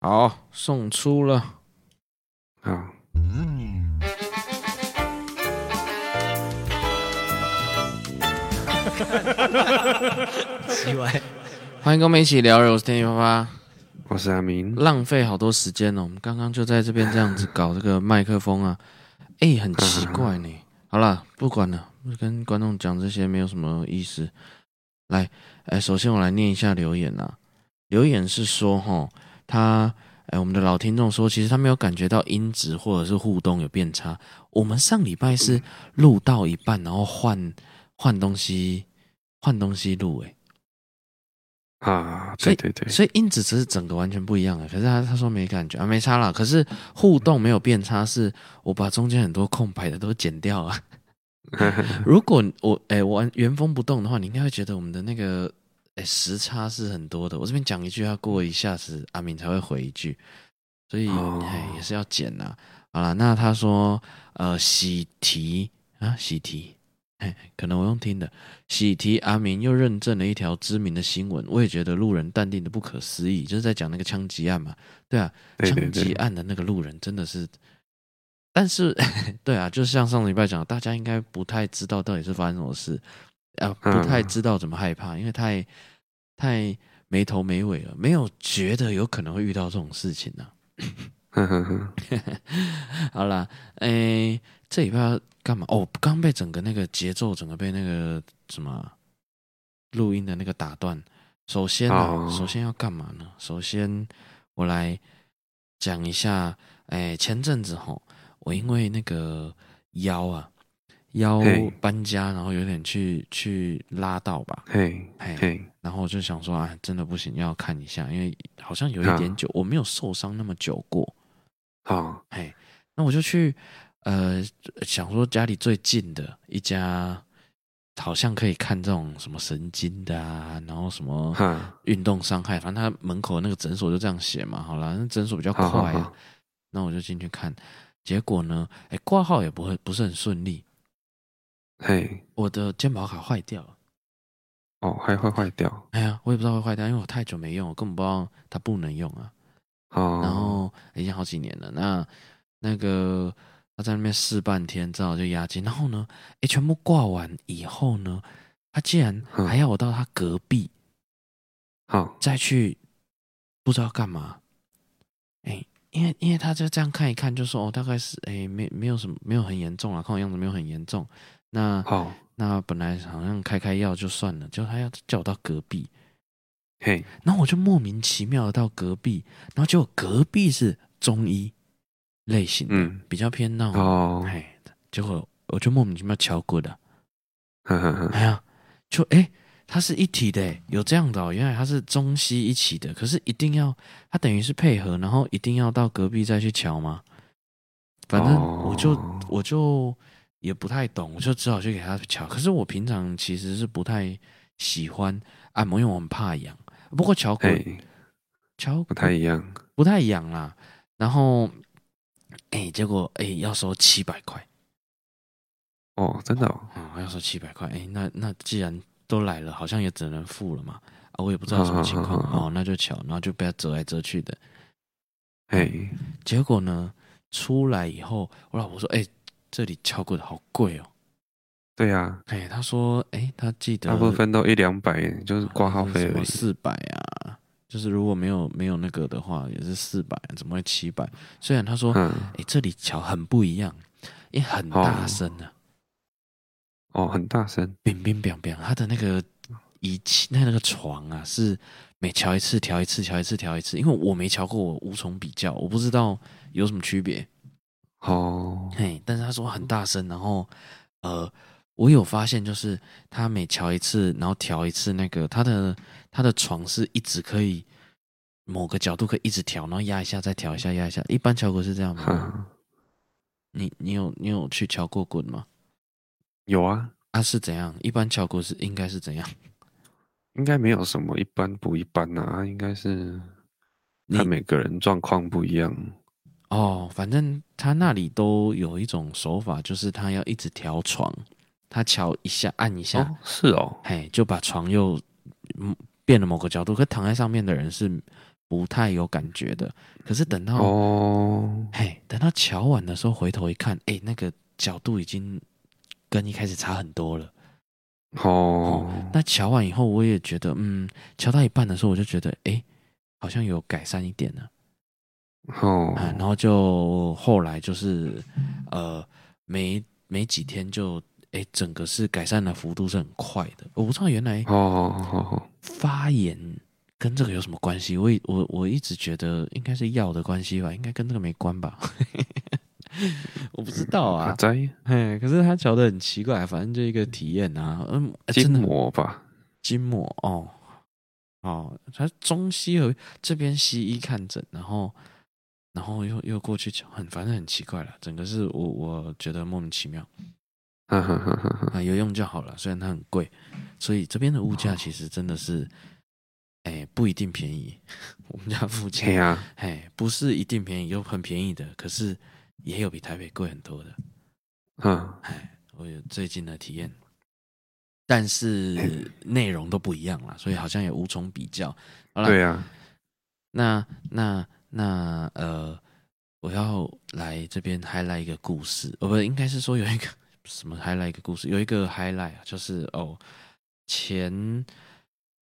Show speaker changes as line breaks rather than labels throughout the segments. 好，送出了。
啊，
奇怪，
欢迎跟我们一起聊人，我是天宇发发。
我是阿明。
浪费好多时间哦，我们刚刚就在这边这样子搞这个麦克风啊，哎，很奇怪呢。好啦，不管了，跟观众讲这些没有什么意思。来，哎，首先我来念一下留言啊。留言是说，哈，他，哎，我们的老听众说，其实他没有感觉到音质或者是互动有变差。我们上礼拜是录到一半，然后换换东西，换东西录，哎，
啊，
所以
对对对，
所以音质只是整个完全不一样的，可是他他说没感觉啊，没差啦。可是互动没有变差，是我把中间很多空白的都剪掉啊。 如果我哎、我按原封不动的话，你应该会觉得我们的那个哎、时差是很多的。我这边讲一句，他过一下子阿敏才会回一句，所以哎、
哦
也是要剪呐、好啦，那他说呃喜提啊喜提，哎可能我用听的。喜提阿明又认证了一条知名的新闻，我也觉得路人淡定的不可思议，就是在讲那个枪击案嘛。对啊，
对对
枪击
对，
案的那个路人真的是，但是 对啊，就像上礼拜讲的，大家应该不太知道到底是发生什么事啊、
嗯
不太知道怎么害怕，因为太太没头没尾了，没有觉得有可能会遇到这种事情啊呢、
哼嗯哼哼，
好啦，诶、这礼拜要干嘛？哦，刚被整个那个节奏，整个被那个什么录音的那个打断。首先呢、
哦
首先要干嘛呢？首先我来讲一下，诶、前阵子吼，我因为那个腰啊，腰
嘿
搬家，然后有点去去拉到吧，
嘿
嘿
嘿，
然后我就想说，啊，真的不行，要看一下，因为好像有
啊
一点久，我没有受伤那么久过，
好，
哎，那我就去呃想说家里最近的一家，好像可以看这种什么神经的啊，然后什么
哈，
运动伤害，反正他门口那个诊所就这样写嘛。好啦，那诊所比较快
好好
啊
好，，
那我就进去看，结果呢，哎，挂号也不会不是很顺利，
嘿，
我的健保卡坏掉了。
哦，还会坏掉，
哎呀，我也不知道会坏掉，因为我太久没用，我根本不知道它不能用啊。
哦，
然后已经好几年了。那那个他在那边试半天，正好就押金。然后呢，诶，全部挂完以后呢，他竟然
嗯
还要我到他隔壁
好，
再去，不知道干嘛。诶，因为因为他就这样看一看，就说哦，大概是诶，没没有什么，没有很严重啊，看我样子没有很严重。那
好，
那本来好像开开药就算了，结果他要叫我到隔壁，
嘿，
然后我就莫名其妙的到隔壁，然后结果隔壁是中医类型的，
嗯，
比较偏那种，
哦，
哎，结果我就莫名其妙瞧过的，
哼哼哼，
哎呀，就哎，它是一体的诶，有这样的哦，原来它是中西一起的，可是一定要它等于是配合，然后一定要到隔壁再去瞧吗？反正
哦
我就、我就也不太懂，我就只好去给他瞧。可是我平常其实是不太喜欢按摩，因为我很怕痒。不过瞧过
嘿，
瞧
不太一样，
不太痒啦。然后，哎、结果哎、要收七百块
哦，真的哦，
啊、要收七百块。哎、那那既然都来了，好像也只能付了嘛。啊，我也不知道什么情况
好好好好
哦，那就巧，然后就被他折来折去的。
嘿，
结果呢，出来以后，我老婆说：“哎、这里敲过的好贵哦。
对呀，”
哎，她说：“哎、她记得
大部分都一两百，就是挂号费而已，
四百啊，就是如果没有没有那个的话，也是四百，啊怎么会七百？虽然她说
嗯，
哎、这里桥很不一样，也很大声啊，
哦，很大声，
冰冰冰冰，它的那个仪器，那那个床啊，是每桥一次调一次，调一次调一次，因为我没瞧过，我无从比较，我不知道有什么区别。
哦，
嘿，但是他说很大声，然后呃，我有发现就是他每调一次，然后调一次那个他的他的床是一直可以某个角度可以一直调，然后压一下再调一下压一下，一般桥过是这样吗？
哈，
你你有你有去桥过滚吗？
有啊，
啊，是怎样？一般巧骨是应该是怎样？
应该没有什么一般不一般啊，应该是
你
看每个人状况不一样。
哦，反正他那里都有一种手法，就是他要一直调床，他敲一下按一下，
哦，是哦，
嘿，就把床又嗯变了某个角度。可躺在上面的人是不太有感觉的。可是等到、
哦，
嘿，等到瞧完的时候回头一看，哎、那个角度已经跟一开始差很多了。
哦，
那瞧完以后，我也觉得，嗯，瞧到一半的时候，我就觉得，哎、好像有改善一点了。
哦，
啊，然后就后来就是，呃，没没几天就，哎、整个是改善的幅度是很快的。我不知道原来
哦，哦，
发炎跟这个有什么关系？我以我我一直觉得应该是药的关系吧，应该跟这个没关吧。 我不知道
阿
啊，
在
哎，可是他瞧得很奇怪，反正就一个体验啊，嗯，哎
筋
真的
膜吧？
筋膜哦，哦，他中西合这边西医看诊，然后然后又又过去瞧，很反正很奇怪了，整个是我我觉得莫名其妙
哈哈哈哈哈。
啊，有用就好了，虽然它很贵，所以这边的物价其实真的是，哎、不一定便宜， 我们家附
嘿啊
近
呀，
哎不是一定便宜，有很便宜的，可是也有比台北贵很多的。
嗯，
哎，我有最近的体验，但是内容都不一样啦，所以好像也无从比较。好了，
对啊呀，
那那那呃，我要来这边 highlight 一个故事，哦，不，应该是说有一个什么 highlight 一个故事，有一个 highlight 啊，就是哦前。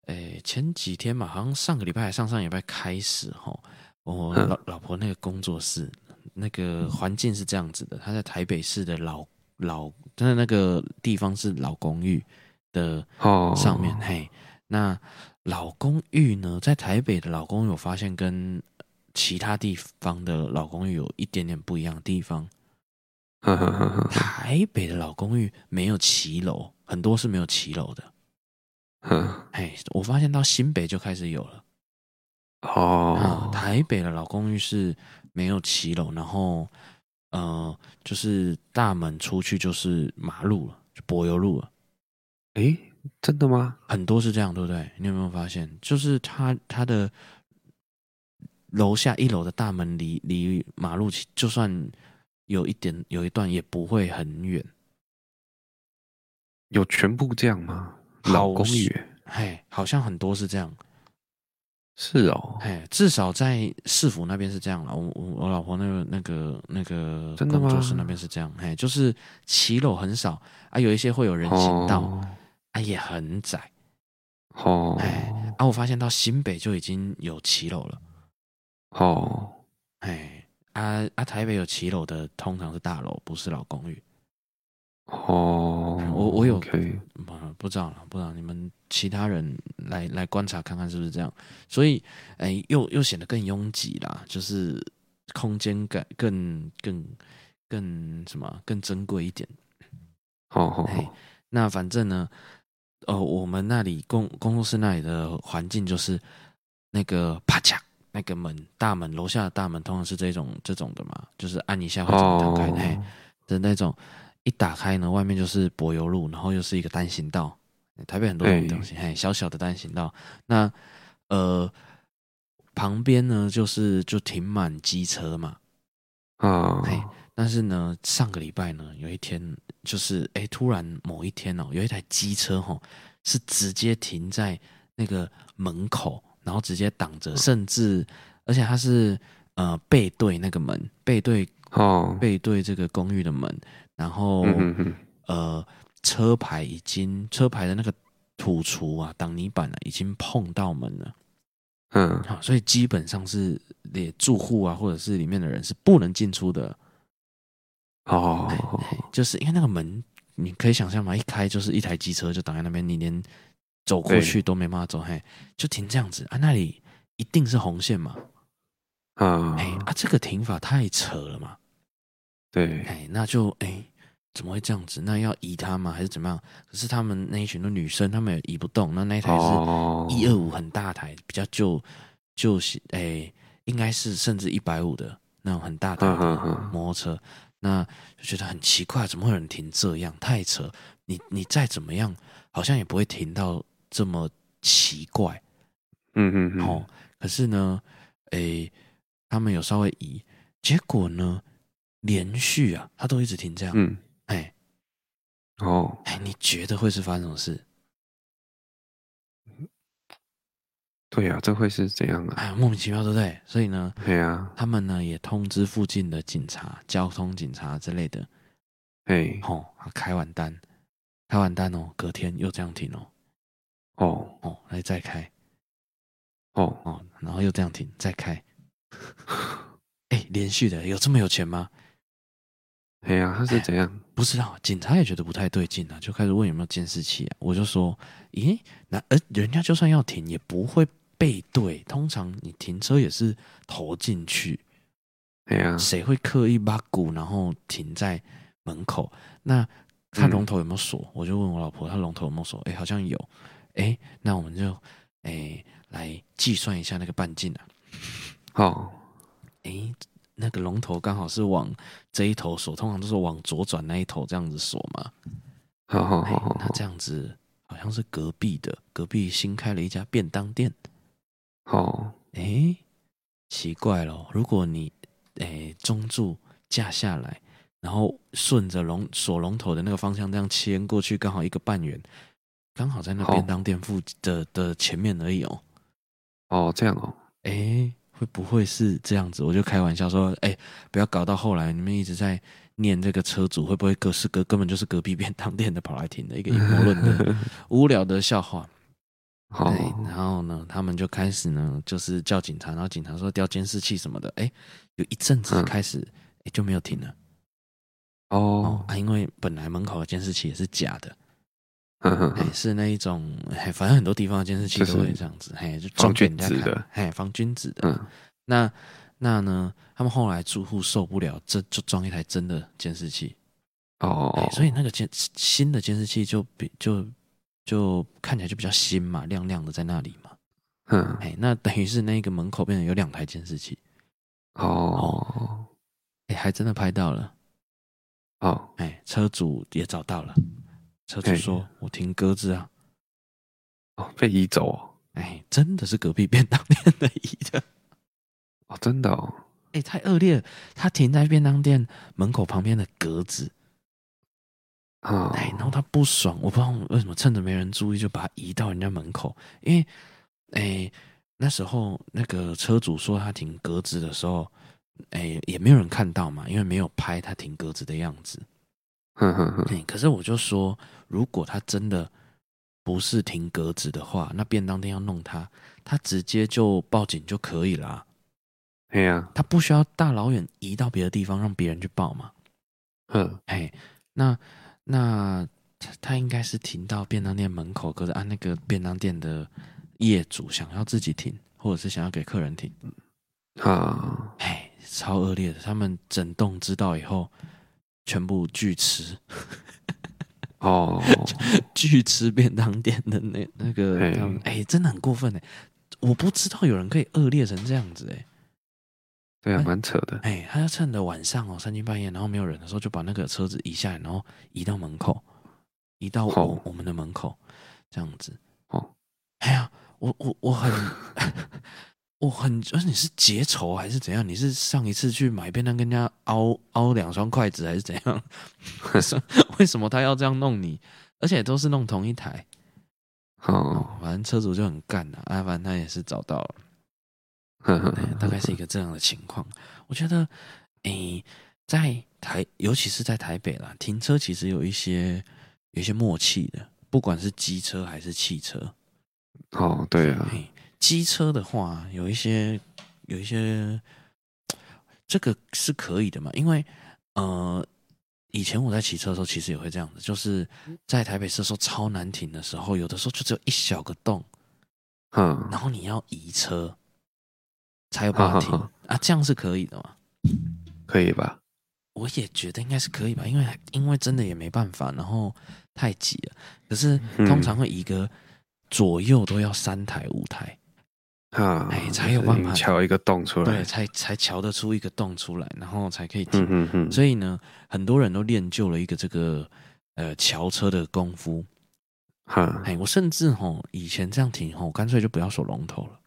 诶，前几天嘛，好像上个礼拜还上上礼拜开始哈，我
嗯
老老婆那个工作室，那个环境是这样子的，她在台北市的老老，她的那个地方是老公寓的
哦，
上面，嘿，那老公寓呢，在台北的老公寓，我发现跟呃其他地方的老公寓有一点点不一样的地 方。
哈哈哈哈
台北的老公寓没有骑楼，很多是没有骑楼的。
哈，
嘿，我发现到新北就开始有了。啊
哦，，
台北的老公寓是没有骑楼，然后呃，就是大门出去就是马路了，就柏油路了。
诶，真的吗？
很多是这样，对不对？你有没有发现，就是他他的楼下一楼的大门离离马路其，就算有一点有一段，也不会很远。
有全部这样吗？
好
老公寓
嘿，好像很多是这样。
是哦，
嘿，至少在市府那边是这样了。我我我老婆那个那个那个
真的
工
吗
作室那边是这样。嘿，就是骑楼很少啊，有一些会有人行道、
哦
啊，也很窄。
哦
哎啊，我发现到新北就已经有骑楼了。
哦
哎，啊啊，台北有骑楼的，通常是大楼，不是老公寓。
哦，
我我有
OK，
嗯，不知道了，不知道你们其他人来来观察看看是不是这样。所以，哎，又又显得更拥挤啦，就是空间感更更更什么啊更珍贵一点。
哦哦
哎，那反正呢，呃，我们那里工工作室那里的环境就是那个啪嚓，那个门大门楼下的大门通常是这种这种的嘛，就是按一下会自己打开的。哎嘿
哦
的那种，一打开呢，外面就是柏油路，然后又是一个单行道。哎台北很多这种东西，嘿，小小的单行道。那呃，旁边呢就是就停满机车嘛。
啊，
哎但是呢，上个礼拜呢，有一天就是哎、突然某一天哦，有一台机车哦，是直接停在那个门口，然后直接挡着，甚至而且它是呃背对那个门，背对
哦，
背对这个公寓的门，然后、
嗯嗯嗯，
呃，车牌已经车牌的那个土厨啊，挡泥板啊，已经碰到门了，
嗯，
好，所以基本上是连住户啊，或者是里面的人是不能进出的，哎
哦，
就是因为那个门，你可以想象嘛，一开就是一台机车就挡在那边，你连走过
对
去都没办法走，嘿，就停这样子啊，那里一定是红线嘛，
啊，
哎、啊，这个停法太扯了嘛，
对，
哎，那就哎，怎么会这样子？那要移他吗？还是怎么样？可是他们那一群的女生，他们也移不动。那那一台是
哦，
一二五很大台，比较旧旧型，哎，应该是甚至一百五的那种很大台
嗯嗯
的
嗯
摩托车。那就觉得很奇怪，怎么会有人停这样？太扯！你你再怎么样，好像也不会停到这么奇怪。
嗯嗯嗯，
哦，可是呢，诶、他们有稍微移，结果呢，连续啊，他都一直停这样，
嗯，
哎、
哦，
哎、你觉得会是发生什么事？
对呀、这会是怎样啊？
哎，莫名其妙，对不对？所以呢，
对呀、
他们呢也通知附近的警察、交通警察之类的，
嘿，
哦，啊开完单，开完单哦，隔天又这样停哦，
哦
哦，来再开
哦，
哦，然后又这样停，再开， 哎，连续的有这么有钱吗？
嘿呀、他是怎样？
不知道，警察也觉得不太对劲啊，就开始问有没有监视器啊。我就说，咦，那呃，人家就算要停，也不会背对，通常你停车也是头进去，
嘿啊呀、
谁会刻意把鼓然后停在门口？那看龙头有没有锁？我就问我老婆，她龙头有没有锁？哎，好像有。哎，那我们就哎来计算一下那个半径啊。
哦，
哎，那个龙头刚好是往这一头锁，通常都是往左转那一头这样子锁嘛。
好好
哎
好好
那
好
这样子好像是隔壁的，隔壁新开了一家便当店。
好，
哎、奇怪咯，如果你哎、中柱架下来，然后顺着龙锁龙头的那个方向这样切过去，刚好一个半圆，刚好在那
好
便当店附的的前面而已哦。
哦，这样哦，
哎、会不会是这样子？我就开玩笑说，哎、不要搞到后来你们一直在念这个车主会不会隔是隔根本就是隔壁便当店的跑来停的一个阴谋论的无聊的笑话。
好，
对，然后呢，他们就开始呢，就是叫警察，然后警察说调监视器什么的，哎，有一阵子
嗯
开始，哎、就没有停了哦
哦，
啊，因为本来门口的监视器也是假的，
嗯哼
哎、
哼，
是那一种，哎，反正很多地方的监视器
就
都
是
会这样子，哎、就装
防
给人家
君子
看
的，
哎，防君子的，
嗯，
那那呢，他们后来住户受不了，这就装一台真的监视器，
哦
哎
哦，
所以那个监新的监视器就比就就看起来就比较新嘛，亮亮的在那里嘛。
嗯，
哎，那等于是那个门口变成有两台监视器，
哦
哎，还真的拍到了，
哦，
哎，车主也找到了，车主
嘿
说我停鸽子啊，
哦，被移走哦，
哎，真的是隔壁便当店的移的，
哦，真的哦，
哎，太恶劣了，他停在便当店门口旁边的格子，
啊，
哎，然后他不爽，我不知道为什么趁着没人注意就把他移到人家门口，因为，哎，那时候那个车主说他停格子的时候，哎，也没有人看到嘛，因为没有拍他停格子的样子。
哼哼哼，
哎，可是我就说，如果他真的不是停格子的话，那便当店要弄他，他直接就报警就可以啦，
嘿呀，
他不需要大老远移到别的地方让别人去报嘛。
嗯，
哎，那那他他应该是停到便当店门口，可是按啊那个便当店的业主想要自己停，或者是想要给客人停，
啊，
哎，超恶劣的。他们整栋知道以后，全部拒吃，
哦，
拒吃便当店的那那个
嘿，
他们哎，真的很过分哎！我不知道有人可以恶劣成这样子哎
对啊，蛮扯的，
哎，他要趁着晚上哦，三更半夜，然后没有人的时候，就把那个车子移下来，然后移到门口，移到我
好
我们的门口，这样子。
哦，
哎呀，我我我很， 我很，就是你是结仇还是怎样？你是上一次去买便当跟人家凹凹两双筷子还是怎样？ 为什么他要这样弄你？而且都是弄同一台，
哦，
反正车主就很干呐、啊，反正他也是找到了。
哼哼
哎
哼，
大概是一个这样的情况。我觉得，诶、在台，尤其是在台北啦，停车其实有一些有一些默契的，不管是机车还是汽车。
哦，对啊，
诶、机车的话，有一些有一些，这个是可以的嘛，因为呃。以前我在骑车的时候，其实也会这样子，就是在台北市的时候超难停的时候，有的时候就只有一小个洞，
嗯，
然后你要移车才有办法停
好好好
啊，这样是可以的嘛？
可以吧？
我也觉得应该是可以吧，因为因为真的也没办法，然后太挤了。可是
嗯
通常会一个左右都要三台五台，
啊，
哎才有办法
敲一个洞出
对，
来，
才才瞧得出一个洞出来，然后才可以停。
嗯嗯嗯，
所以呢，很多人都练就了一个这个呃桥车的功夫。
哈，
哎，我甚至吼以前这样停吼，干脆就不要锁龙头了，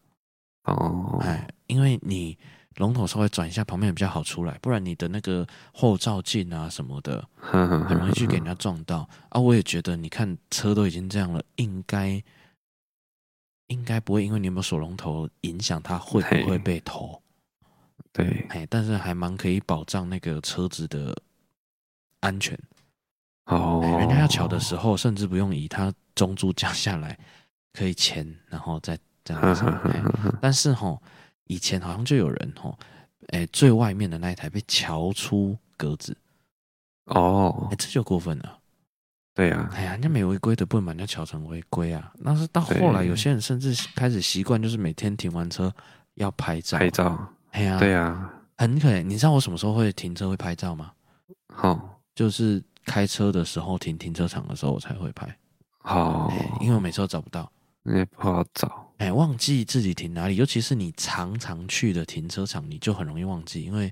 哦，
哎，因为你龙头稍微转一下，旁边也比较好出来，不然你的那个后照镜啊什么的，
哼哼
很容易去给
哼
人家撞到啊！我也觉得，你看车都已经这样了，应该应该不会因为你有没有水龙头影响它会
嘿
不会被偷，
对，
哎，但是还蛮可以保障那个车子的安全。
哦
哎，人家要抢的时候，甚至不用移，它中柱降下来可以前，然后再这样子。哎但是吼，以前好像就有人吼，哎、最外面的那一台被撬出格子，
哦
哎、，这就过分了。
对啊，
哎呀，人家没违规的，不能把人家撬成违规啊。但是到后来，
对
有些人甚至开始习惯，就是每天停完车要拍照。
拍照，
哎呀，
对啊，
很可怜。你知道我什么时候会停车会拍照吗？
好，
就是开车的时候停停车场的时候，我才会拍、
好
哎，因为我每次都找不到。
那不好找，
哎，忘记自己停哪里，尤其是你常常去的停车场，你就很容易忘记，因为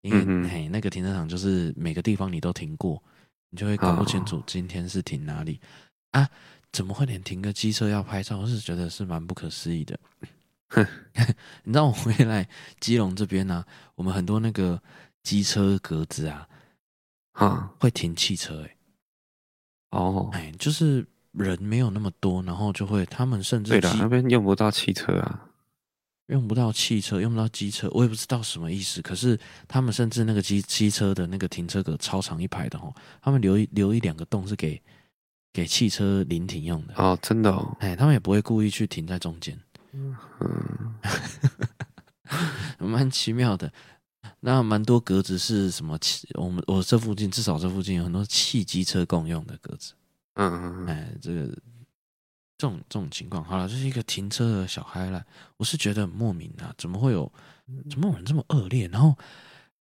因为、
嗯哼
嘿，那个停车场就是每个地方你都停过，你就会搞不
啊
清楚今天是停哪里、啊？怎么会连停个机车要拍照？我是觉得是蛮不可思议的。 你知道我回来基隆这边呢、啊我们很多那个机车格子啊，
哈，
会停汽车、欸，
哦，
哎，就是人没有那么多，然后就会他们甚至
对了，
机
那边用不到汽车啊，
用不到汽车，用不到机车，我也不知道什么意思。可是他们甚至那个机机车的那个停车格超长一排的吼，他们留一留一两个洞是给给汽车临停用的。
哦，真的哦，
哎，他们也不会故意去停在中间，
嗯，
蛮奇妙的。那蛮多格子是什么汽？我们我这附近至少这附近有很多汽机车共用的格子。
嗯，嗯
哎，这个这种这种情况，好了，这是一个停车的小嗨了。我是觉得很莫名啊，怎么会有怎么有人这么恶劣？然后，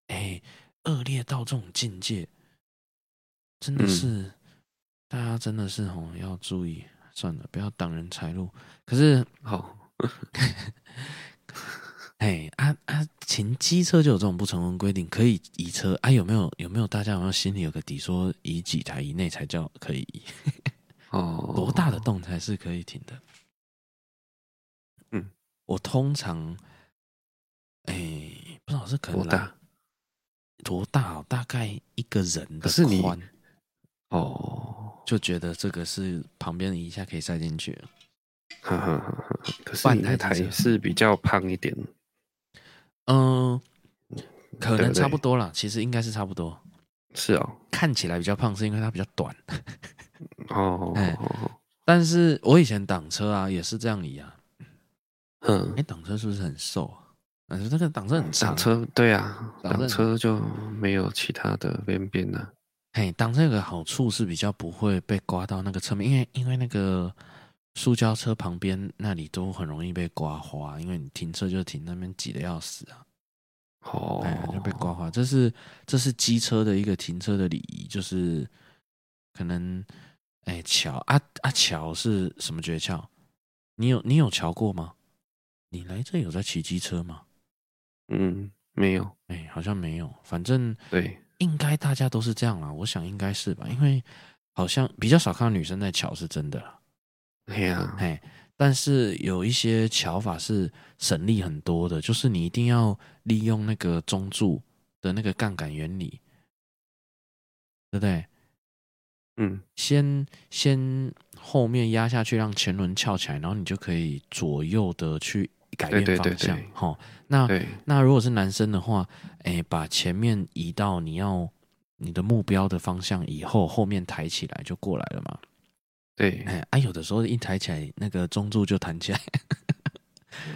哎，恶劣到这种境界，真的是、大家真的是吼要注意，算了，不要挡人财路。可是，
好，
哎啊啊，停机车就有这种不成文规定，可以移车啊？有没有有没有大家有没有心里有个底，说移几台以内才叫可以移？
哦，
多大的洞才是可以停的？
嗯，
我通常，哎、不知道是可能
多大？
多大哦、大概一个人
可
的
是你
宽，
哦，
就觉得这个是旁边一下可以塞进去了。
哈哈哈哈，可是
半
你
台
那台
车
是比较胖一点，
嗯、可
对
能
不对
差不多啦，其实应该是差不多。
是哦，
看起来比较胖，是因为它比较短。
哦，
哎
哦
但是我以前挡车啊，也是这样移啊。哎、
嗯，
挡车是不是很瘦啊？但是这个挡车很长
挡，车对啊，
挡
挡
车
车就没有其他的边边了，
嘿，挡车有个好处是比较不会被刮到那个侧面，因为因为那个塑胶车旁边那里都很容易被刮花，因为你停车就停那边挤得要死啊，
哦
哎呀，就被刮花。这是这是机车的一个停车的礼仪，就是可能哎桥啊啊桥是什么诀窍？你有你有桥过吗？你来这有在骑机车吗？
嗯，没有，
哎，好像没有，反正
对，
应该大家都是这样啦，我想应该是吧，因为好像比较少看到女生在瞧是真的啦，
哎呀，
哎，但是有一些瞧法是省力很多的，就是你一定要利用那个中柱的那个杠杆原理，对不对？
嗯，
先先后面压下去，让前轮翘起来，然后你就可以左右的去改
对
变
对对
方向
对，
哈。那
对，
那如果是男生的话，哎，把前面移到你要你的目标的方向以后，后面抬起来就过来了嘛。
对，
哎，啊，有的时候一抬起来，那个中柱就弹起来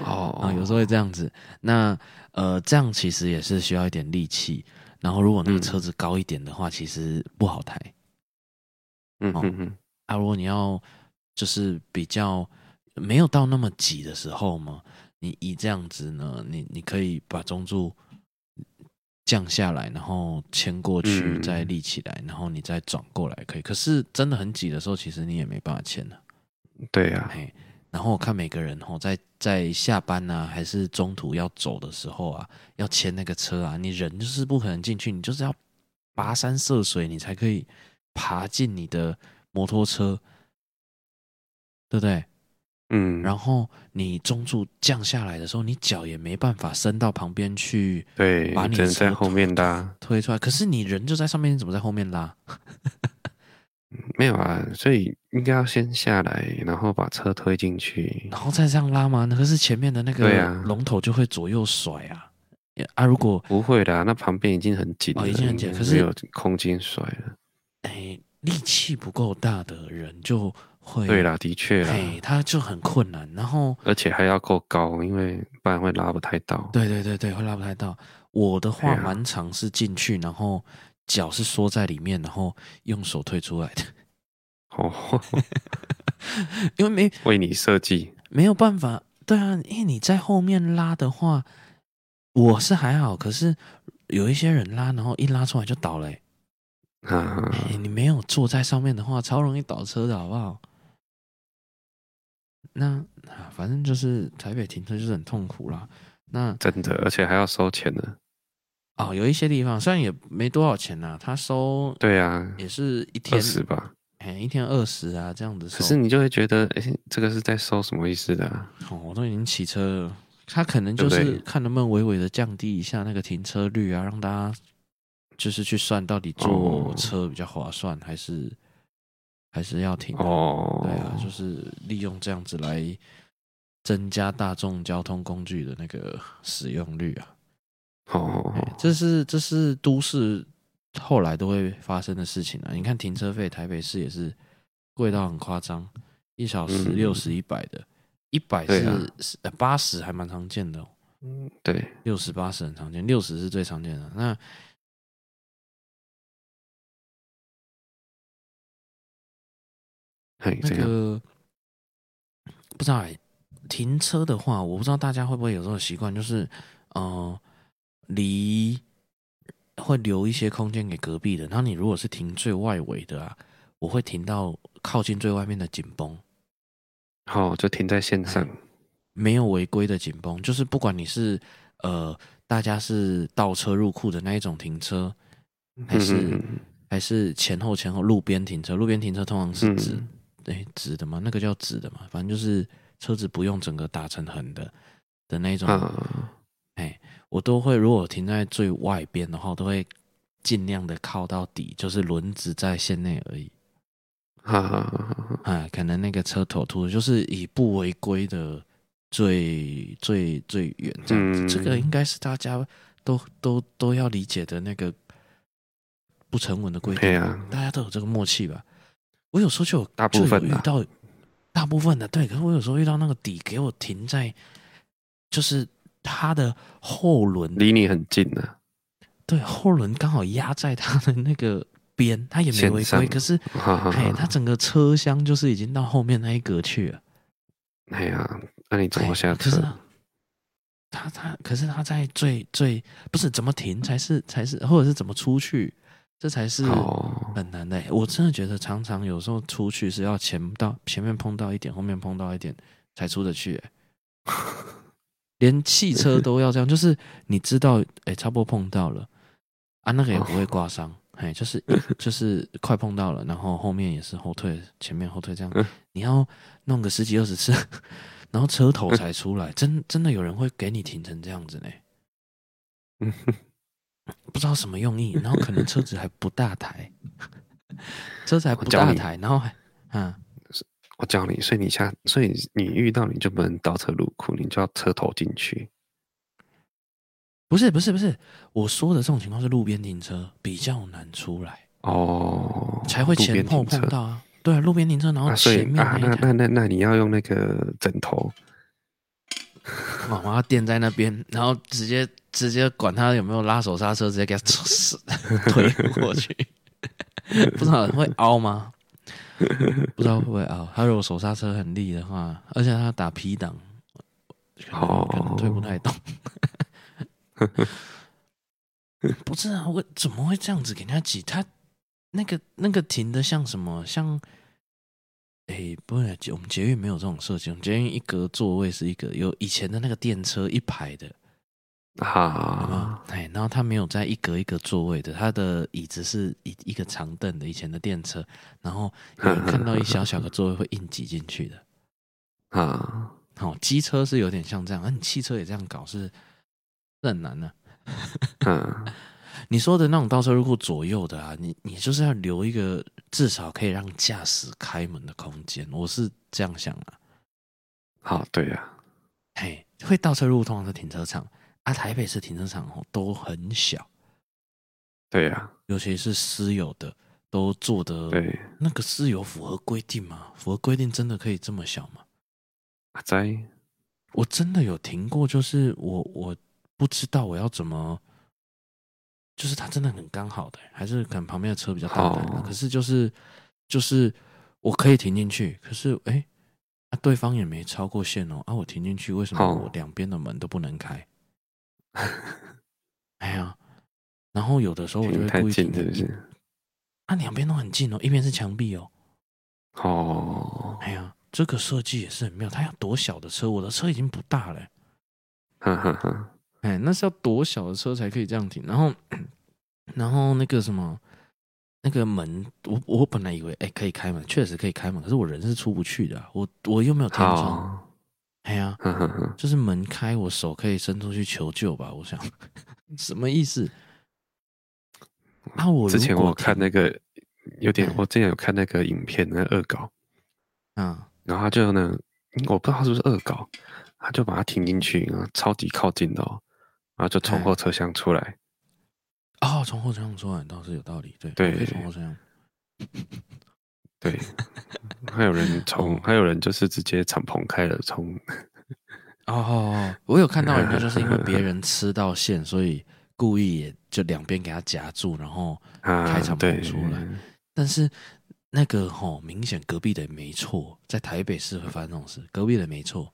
哦，
啊，有时候会这样子。那呃，这样其实也是需要一点力气。然后，如果那个
嗯
车子高一点的话，其实不好抬。
嗯
哦
嗯嗯，
啊，如果你要就是比较没有到那么挤的时候嘛，你以这样子呢，你你可以把中柱降下来，然后牵过去，
嗯
再立起来，然后你再转过来可以。可是真的很挤的时候，其实你也没办法牵了、
对啊，
嘿，然后我看每个人吼，在在下班啊，还是中途要走的时候啊，要牵那个车啊，你人就是不可能进去，你就是要跋山涉水，你才可以爬进你的摩托车，对不对？
嗯，
然后你中柱降下来的时候，你脚也没办法伸到旁边去
对
把，你
只能
车
在后面拉，啊
推出来，可是你人就在上面，你怎么在后面拉？
没有啊，所以应该要先下来，然后把车推进去。
然后再这样拉吗？那可是前面的那
对
个
啊
龙头就会左右甩啊。啊，如果
不会啦，那旁边已经很紧
哦
了，
已经很紧
应该
可是
没有空间甩了。
哎力气不够大的人就会
对，啦，的确啦，
哎，他就很困难。然后
而且还要够高，因为不然会拉不太到。
对对对对，会拉不太到。我的话
对啊
蛮常是进去，然后脚是缩在里面，然后用手推出来的，
哦，
因为没
为你设计。
没有办法，对啊，因为你在后面拉的话，我是还好，可是有一些人拉，然后一拉出来就倒了、欸
啊，
哎你没有坐在上面的话，超容易倒车的好不好？那啊反正就是台北停车就是很痛苦啦。那
真的，而且还要收钱呢。
哦，有一些地方虽然也没多少钱呐、他收
对啊，
也是一天
二十吧。
哎，一天二十啊，这样子收。
可是你就会觉得，哎、这个是在收什么意思的啊、
哦，我都已经骑车了，他可能
对
就
不对
是看能不能微微的降低一下那个停车率啊，让大家就是去算到底坐
哦
车比较划算，还是还是要停啊。
哦，
对啊，就是利用这样子来增加大众交通工具的那 个使用率啊。
哦，
哎这是这是都市后来都会发生的事情啊。你看停车费，台北市也是贵到很夸张，一小时
嗯
六十一百的，一百
对啊
是呃八十、80还蛮常见的、哦，
嗯对，
六十八十很常见，六十是最常见的。那
嘿，
那
这样，
个不知道、欸、停车的话，我不知道大家会不会有这种习惯，就是呃，离会留一些空间给隔壁的。然后你如果是停最外围的啊，我会停到靠近最外面的紧绷，
好、哦就停在线上，
没有违规的紧绷，就是不管你是呃大家是倒车入库的那一种停车，还是
嗯嗯
还是前后前后路边停车，路边停车通常是
嗯
直诶，直的嘛，那个叫直的嘛，反正就是车子不用整个打成横的的那种
嗯，啊，
我都会如果停在最外边的话，我都会尽量的靠到底，就是轮子在线内而已。
哈哈，
啊，可能那个车头突就是以不违规的最最最远这样子，
嗯
这个应该是大家都都都要理解的那个不成文的规定
对。啊，
大家都有这个默契吧？我有时候就有
大部分
就有
啊
遇到大部分的对，可是我有时候遇到那个底给我停在，就是它的后轮，
离你很近呢、
对后轮刚好压在它的那个边，它也没
线
违规，
上
可是
啊，哈哈
哎，
哈，
它整个车厢就是已经到后面那一格去了。
哎呀，那、你怎
哎
么下
可
车
是？他他他，可是他在最最不是怎么停才是才是，或者是怎么出去，这才是
哦，
很难的欸、我真的觉得常常有时候出去是要前到前面碰到一点，后面碰到一点才出得去欸、连汽车都要这样，就是你知道，哎、差不多碰到了啊，那个也不会刮伤，哎、就是一就是快碰到了，然后后面也是后退，前面后退这样
嗯，
你要弄个十几二十次， 然后车头才出来，真真的有人会给你停成这样子呢、
嗯
不知道什么用意，然后可能车子还不大台， 车子还不
我教
大
你
台，然后还啊，
我教你，所以你下，所以你遇到你就不能倒车入库，你就要车头进去。
不是不是不是，我说的这种情况是路边停车比较难出来，
哦，
才会
路
前
边
后
停
碰
车。
到啊。对啊，路边停车，然后
啊，所以
前面
啊，
一
那
台
那那那你要用那个枕头，
妈妈哦垫在那边，然后直接直接管他有没有拉手刹车，直接给他 推过去，不知道会凹吗？不知道会不会凹。他如果手刹车很力的话，而且他打 P 档，可能
哦
可能推不太动。 不是啊，我怎么会这样子给人家挤？他那个那个停的像什么？像诶，不是捷我们捷运没有这种设计，我们捷运一格座位是一个，有以前的那个电车一排的
啊
啊，，哎，然后它没有在一格一格座位的，它的椅子是一一个长凳的，以前的电车，然后有人看到一小小的座位会硬挤进去的。
啊，
哦，机车是有点像这样，啊，你汽车也这样搞是是很难的、
嗯，
你说的那种倒车入库左右的啊，你你就是要留一个
至少可以让驾驶开门的空间。我是这样想啊，
好，对呀、
嘿，会倒车入通常是停车场啊，台北市停车场哦都很小，
对呀、
尤其是私有的都做的
对，
那个是有符合规定吗？符合规定真的可以这么小吗？
阿仔，
我真的有停过，就是我我不知道我要怎么，就是它真的很刚好的、还是可能旁边的车比较大胆啊、
哦
可是就是就是我可以停进去，可是哎、啊对方也没超过线哦，啊我停进去为什么
哦
我两边的门都不能开？ 哎呀，然后有的时候我就
停
会
太
故意停
近是不
一
是？
啊两边都很近哦，一边是墙壁哦，
哦，
哎呀，这个设计也是很妙，它要多小的车？我的车已经不大了、
哈哈哈，
哎，那是要多小的车才可以这样停？然后，然后那个什么，那个门，我我本来以为哎可以开门，确实可以开门，可是我人是出不去的啊、我我又没有天窗，
好，
哎呀，
哈哈哈，
就是门开，我手可以伸出去求救吧？我想 什么意思？啊，我
之前
如果
我看
停
那个有点
嗯，
我之前有看那个影片，那个恶搞，
啊，
然后他就呢，嗯我不知道他是不是恶搞，他就把它停进去，然后超级靠近的哦，然后就从
哎
后车厢出来，
哦，从后车厢出来倒是有道理，对，我可以
对
从后车厢，
对，还有人从
哦，
还有人就是直接敞篷开了，从
哦哦哦，我有看到人家就是 因为别人吃到线，所以故意也就两边给他夹住，然后，
啊
开敞篷，
对，
出来但是那个吼、明显隔壁的没错，在台北市会发生这种事，隔壁的没错，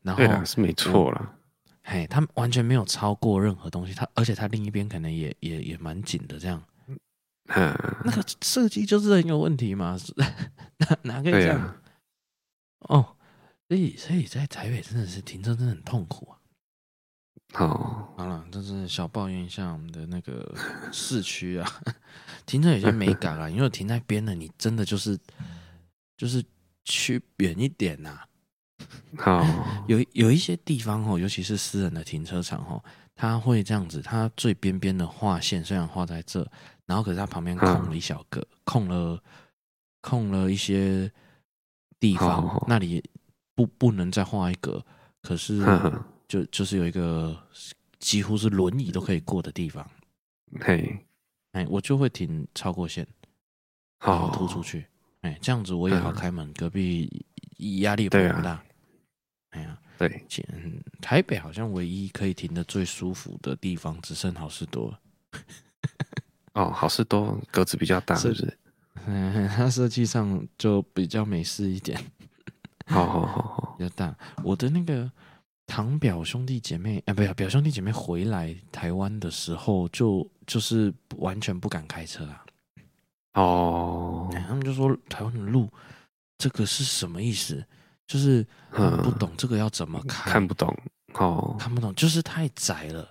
然后
对啦，是没错啦，
嘿，他们完全没有超过任何东西，他而且他另一边可能也也也蛮紧的，这样
嗯，
那个设计就是 很有问题嘛，哪哪可以
对啊
这
呀、
样？哦，所以所以在台北真的是停车真的很痛苦啊。
好，
好了，这是小抱怨一下我们的那个市 区啊，停车有些美感啊，因为停在边的，你真的就是就是去远一点呐、
好，
有有一些地方哦，尤其是私人的停车场哦，它会这样子，它最边边的划线虽然画在这，然后可是它旁边
嗯
空了一小格，空了空了一些地方，
哦
那里不不能再画一格，可是
哈哈，
就就是有一个几乎是轮椅都可以过的地方，
嘿，
哎，我就会停超过线，然后
好，
突出去，哎，这样子我也好
哦嗯
开门，隔壁压力也不会
对啊
很大，哎呀。
对，
前嗯台北好像唯一可以停的最舒服的地方只剩好事多了。
哦，好事多格子比较大，是不是？
嗯， 它设计上就比较美式一点，
好好好好，
比较大。我的那个堂表兄弟姐妹，哎、不要表兄弟姐妹回来台湾的时候就，就是完全不敢开车啊。
哦，
哎他们就说台湾的路这个是什么意思？就是他们
嗯，
不懂这个要怎么开，
看不懂，哦，
看不懂，就是太窄了。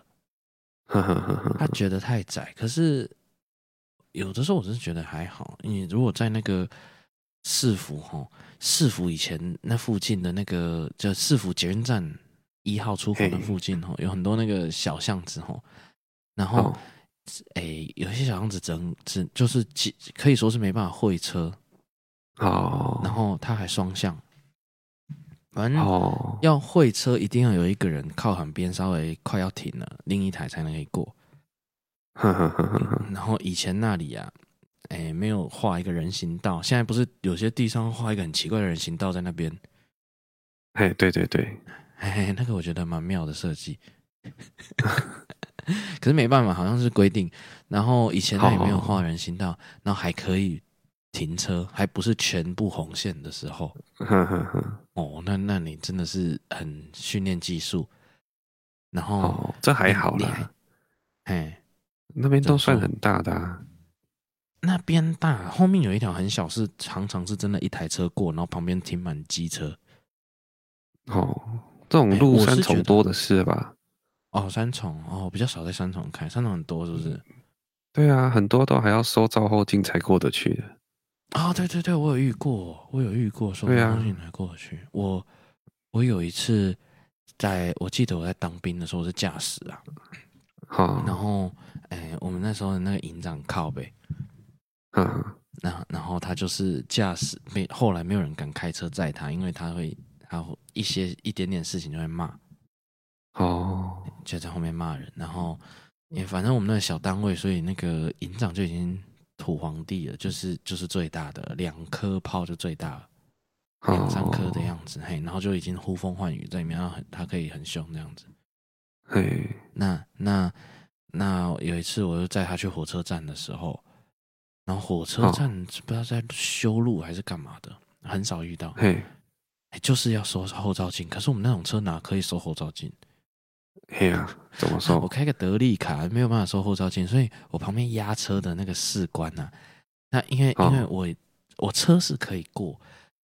呵呵呵
他
呵，
觉得太窄，可是有的时候我真是觉得还好。你如果在那个市府吼，市府以前那附近的那个叫市府捷运站一号出口那
嘿
附近吼，有很多那个小巷子吼，然后
哦，
诶、有些小巷子只能只就是几可以说是没办法会车，然
哦，
后它还双向，反正
哦，
要会车一定要有一个人靠旁边稍微快要停了，另一台才能可以过。
呵呵呵呵呵，
然后以前那里啊，哎，没有画一个人行道，现在不是有些地上画一个很奇怪的人行道在那边，
嘿，对对对，
嘿嘿，那个我觉得蛮妙的设计。 可是没办法，好像是规定。然后以前那里没有画人行道，然后还可以停车，还不是全部红线的时候。
呵呵呵，
哦，那那你真的是很训练技术。然后，
哦，这还好
你还
啦，
哎，
那边
怎
都
么
算
说
很大的啊，
那边大，后面有一条很小，是常常是真的一台车过，然后旁边停满机车。
哦，这种
哎
路
我是
三
觉
重
得
多的是吧？
哦，三重哦，比较少在三重开，三重很多是不是？
嗯对啊，很多都还要收照后镜才过得去的。
啊、对对对，我有遇过，我有遇过，说
对啊
东西拿过去。我我有一次在，我记得我在当兵的时候我是驾驶啊，
哈、哦嗯
哦然后哎，我们那时候的那个营长靠呗，
嗯，
那然后他就是驾驶没后来没有人敢开车载他，因为他会他会一些一点点事情就会骂，
哦，
就在后面骂人。然后
嗯
也反正我们那个小单位，所以那个营长就已经土皇帝了，就是就是最大的两颗炮就最大了。两三颗的
哦，
样子，嘿，然后就已经呼风唤雨在里面，然后很他可以很凶这样子。
嘿，
那那那有一次，我就载他去火车站的时候，然后火车
哦
站不知道在修路还是干嘛的，很少遇到，
嘿，
哎就是要收后照镜。可是我们那种车哪可以收后照镜？
嘿啊，怎么
我
说？
开个德利卡没有办法收后照镜，所以我旁边压车的那个士官呐、那因为
哦
因为我、我车是可以过，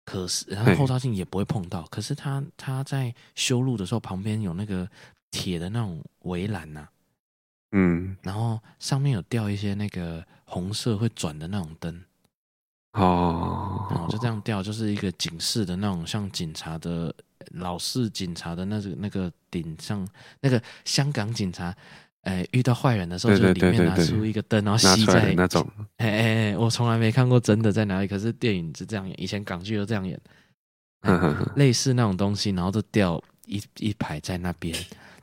可是然后
嘿
后照镜也不会碰到，可是他他在修路的时候旁边有那个铁的那种围栏呐、
嗯，
然后上面有吊一些那个红色会转的那种灯，然后
哦
就，这样吊，就是一个警示的那种，像警察的老式警察的那个那个顶上那个香港警察，哎，遇到坏人的时候，就
对
里
对
面
对
拿
对
出一个灯，然后
拿
吸
出来
在
的那种，
哎哎哎，我从来没看过真的在哪里，可是电影是这样演，以前港剧都这样演，
哼哼哼，
类似那种东西，然后就吊一一排在那边。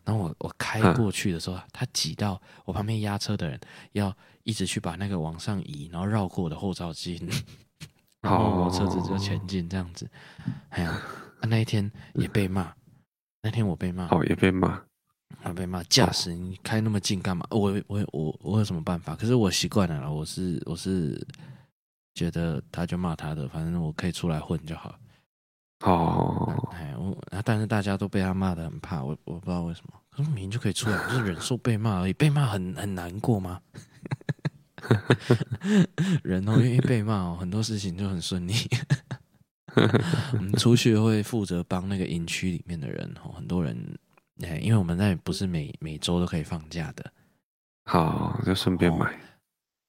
然后我我开
嗯
过去的时候，他挤到我旁边压车的人，要一直去把那个往上移，然后绕过我的后照镜，然后我车子就前进这样子。哎呀，啊那一天也被骂，那天我被骂，
哦，也被骂，
我被骂驾驶你开那么近干嘛？我我我我有什么办法？可是我习惯了啦，我是我是觉得他就骂他的，反正我可以出来混就好。
哦，
哎，我啊但是大家都被他骂的很怕，我我不知道为什么。可是明明就可以出来，我就是忍受被骂而已，被骂很很难过吗？人哦，因为被骂哦，很多事情就很顺利。我们出去会负责帮那个营区里面的人哦，很多人哎，因为我们那里不是每每周都可以放假的，
好，就顺便
哦
买，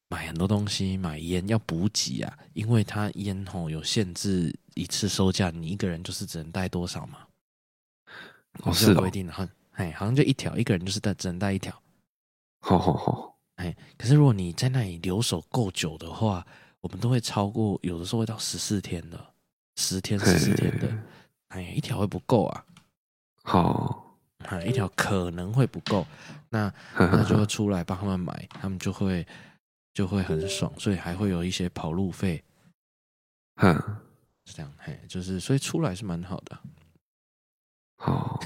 买很多东西，买烟要补给啊，因为他烟吼有限制，一次收价你一个人就是只能带多少嘛。
哦，
是
是
有
哦
规，定的，好像哎，好像就一条，一个人就是带只能带一条。
好好好，
哎，可是如果你在那里留守够久的话，我们都会超过，有的时候会到十四天的，十天
嘿
十四天的，哎，一条会不够啊，
好，
哎，一条可能会不够，那
呵呵
那就会
呵
出来帮他们 买，他们就会就会很爽，所以还会有一些跑路费，
哼，
是这样，嘿，就是所以出来是蛮好的，
好，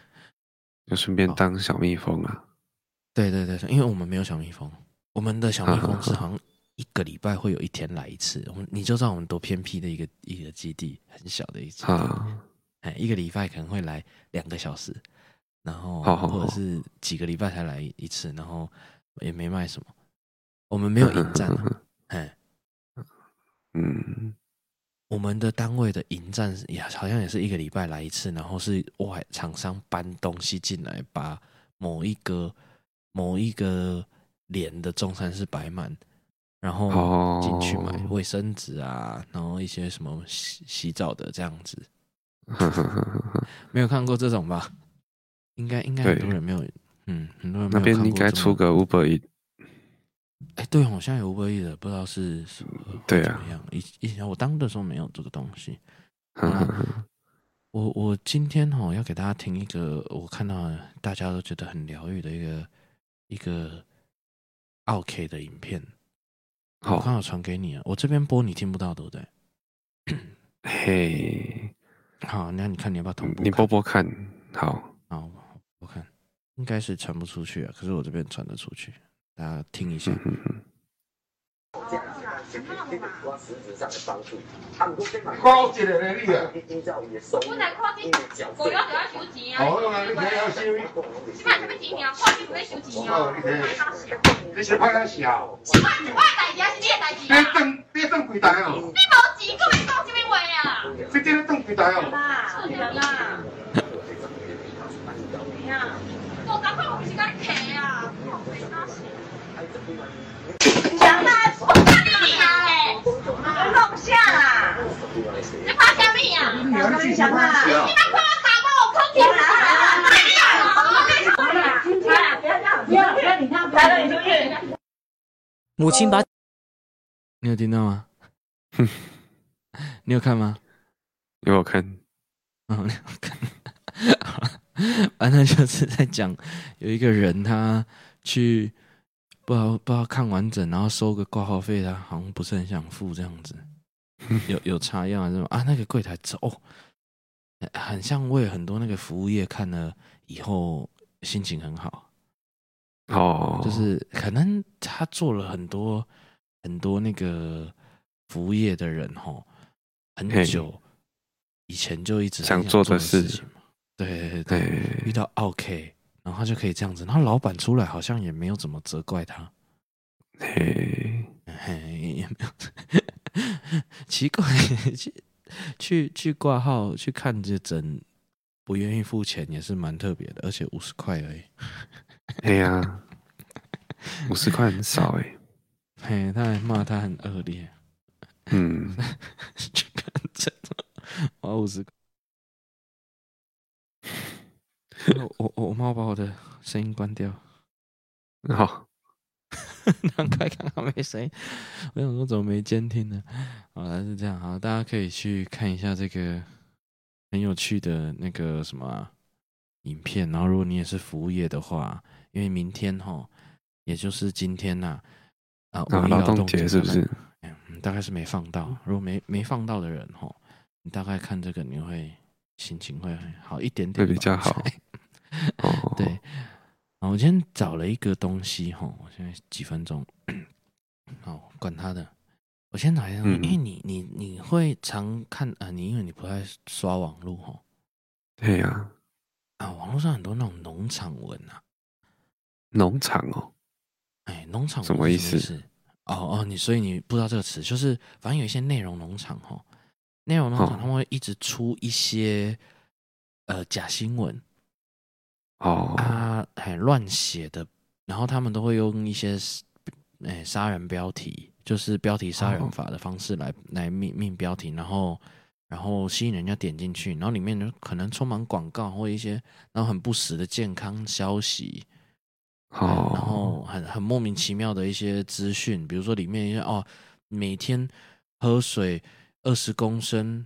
就顺便
好
当小蜜蜂啊，
对对对，因为我们没有小蜜蜂，我们的小蜜
嗯
蜂是好像一个礼拜会有一天来一次。我们你就知道我们多偏僻的一个一个基地，很小的一个基地，
啊，
哎，一个礼拜可能会来两个小时，然后
好好好
或者是几个礼拜才来一次，然后也没卖什么，我们没有营站、啊，哎，
嗯，
我们的单位的营站是也好像也是一个礼拜来一次，然后是外厂商搬东西进来，把某一个某一个连的中山市摆满，然后
哦，
进去买卫生纸啊，然后一些什么洗洗澡的这样子，
呵呵呵呵呵
没有看过这种吧？应该应该
对
很多人没有，嗯，很多人没
那
有看
边
过
应该
这么
出个五百亿，
哎，对哦，我现在有 Uber E 的，不知道是是
对
怎
啊
么样。以以前我当的时候没有这个东西，啊
呵呵呵
我我今天哈、要给大家听一个我看到大家都觉得很疗愈的一个一个 OK 的影片，我刚
好，
好传给你啊了。我这边播你听不到，对不对？
嘿，
好，那你看你要不要同步看？
嗯你播播看，好，
好，我我看应该是传不出去啊，可是我这边传得出去，大家听一下
嗯。嗯嗯，
高一个咧，你啊，
本来看这五幺就要收钱啊，
好啦，你听要收，
即摆什么钱啊？看这不要收钱哦，
你是歹啊笑，
我的代志还是你的代志
你
啊？
转你转几台哦，
你无钱，搁咪讲这个话啊？
你今日转几台哦，
啦，啦，呀，五十块我不是甲你摕啊，
讲啦，我看你啊嘞，你弄啥啦？
你怕啥物啊？
你儿子想啊笑
你，看我查某有空气啦？
不要不要，你看，来了你出去。
母亲把
你有听到 吗？你有看吗？
因为我看
嗯， 你有看。好了 反正就是在讲有一个人他去不知道不知道看完整，然后收个挂号费，他好像不是很想付这样子。有有差样还是什么啊？那个柜台走、哦，很像为很多那个服务业看了以后心情很好。
哦，
就是可能他做了很多很多那个服务业的人吼，很
嘿
久以前就一直很
想
做
做
的
的事
情嘛。对对对，遇
对，
到 OK，然后他就可以这样子，然后老板出来好像也没有怎么责怪他，
嘿，
嘿，也没有奇怪，去去去挂号去看这诊，不愿意付钱也是蛮特别的，而且五十块而已。
嘿呀，五十块很少哎，
嘿，他还骂他很恶劣。
嗯，
去看诊，花五十。我我我妈把我的声音关掉，
好，
难怪刚刚没声音。我想说怎么没监听呢？好了，是这样，好，大家可以去看一下这个很有趣的那个什么啊、影片。然后，如果你也是服务业的话，因为明天哈，也就是今天呐、啊，五
那
一
劳
动
动节是不是？
嗯，大概是没放到。如果没没放到的人吼，你大概看这个，你会心情会好一点点吧，
会比较好哦，
对，，好，我今天找了一个东西吼，我现在几分钟，好，管他的。我先找一下，因为
嗯
你你你会常看啊、呃你因为你不太刷网络吼
嘿呀，
啊，网络上很多那种农场文啊，
农场哦，
哎，农场文
什么
是
意
什么意
思
思？哦哦，你所以你不知道这个词，就是反正有一些内容农场吼，内容农场
哦
他们会一直出一些、呃假新闻，
哦，
啊，很乱写的，然后他们都会用一些诶、哎杀人标题，就是标题杀人法的方式来、来命命标题，然后然后吸引人家点进去，然后里面就可能充满广告或一些然后很不实的健康消息，
哦，
然后很很莫名其妙的一些资讯，比如说里面一些哦，每天喝水二十公升，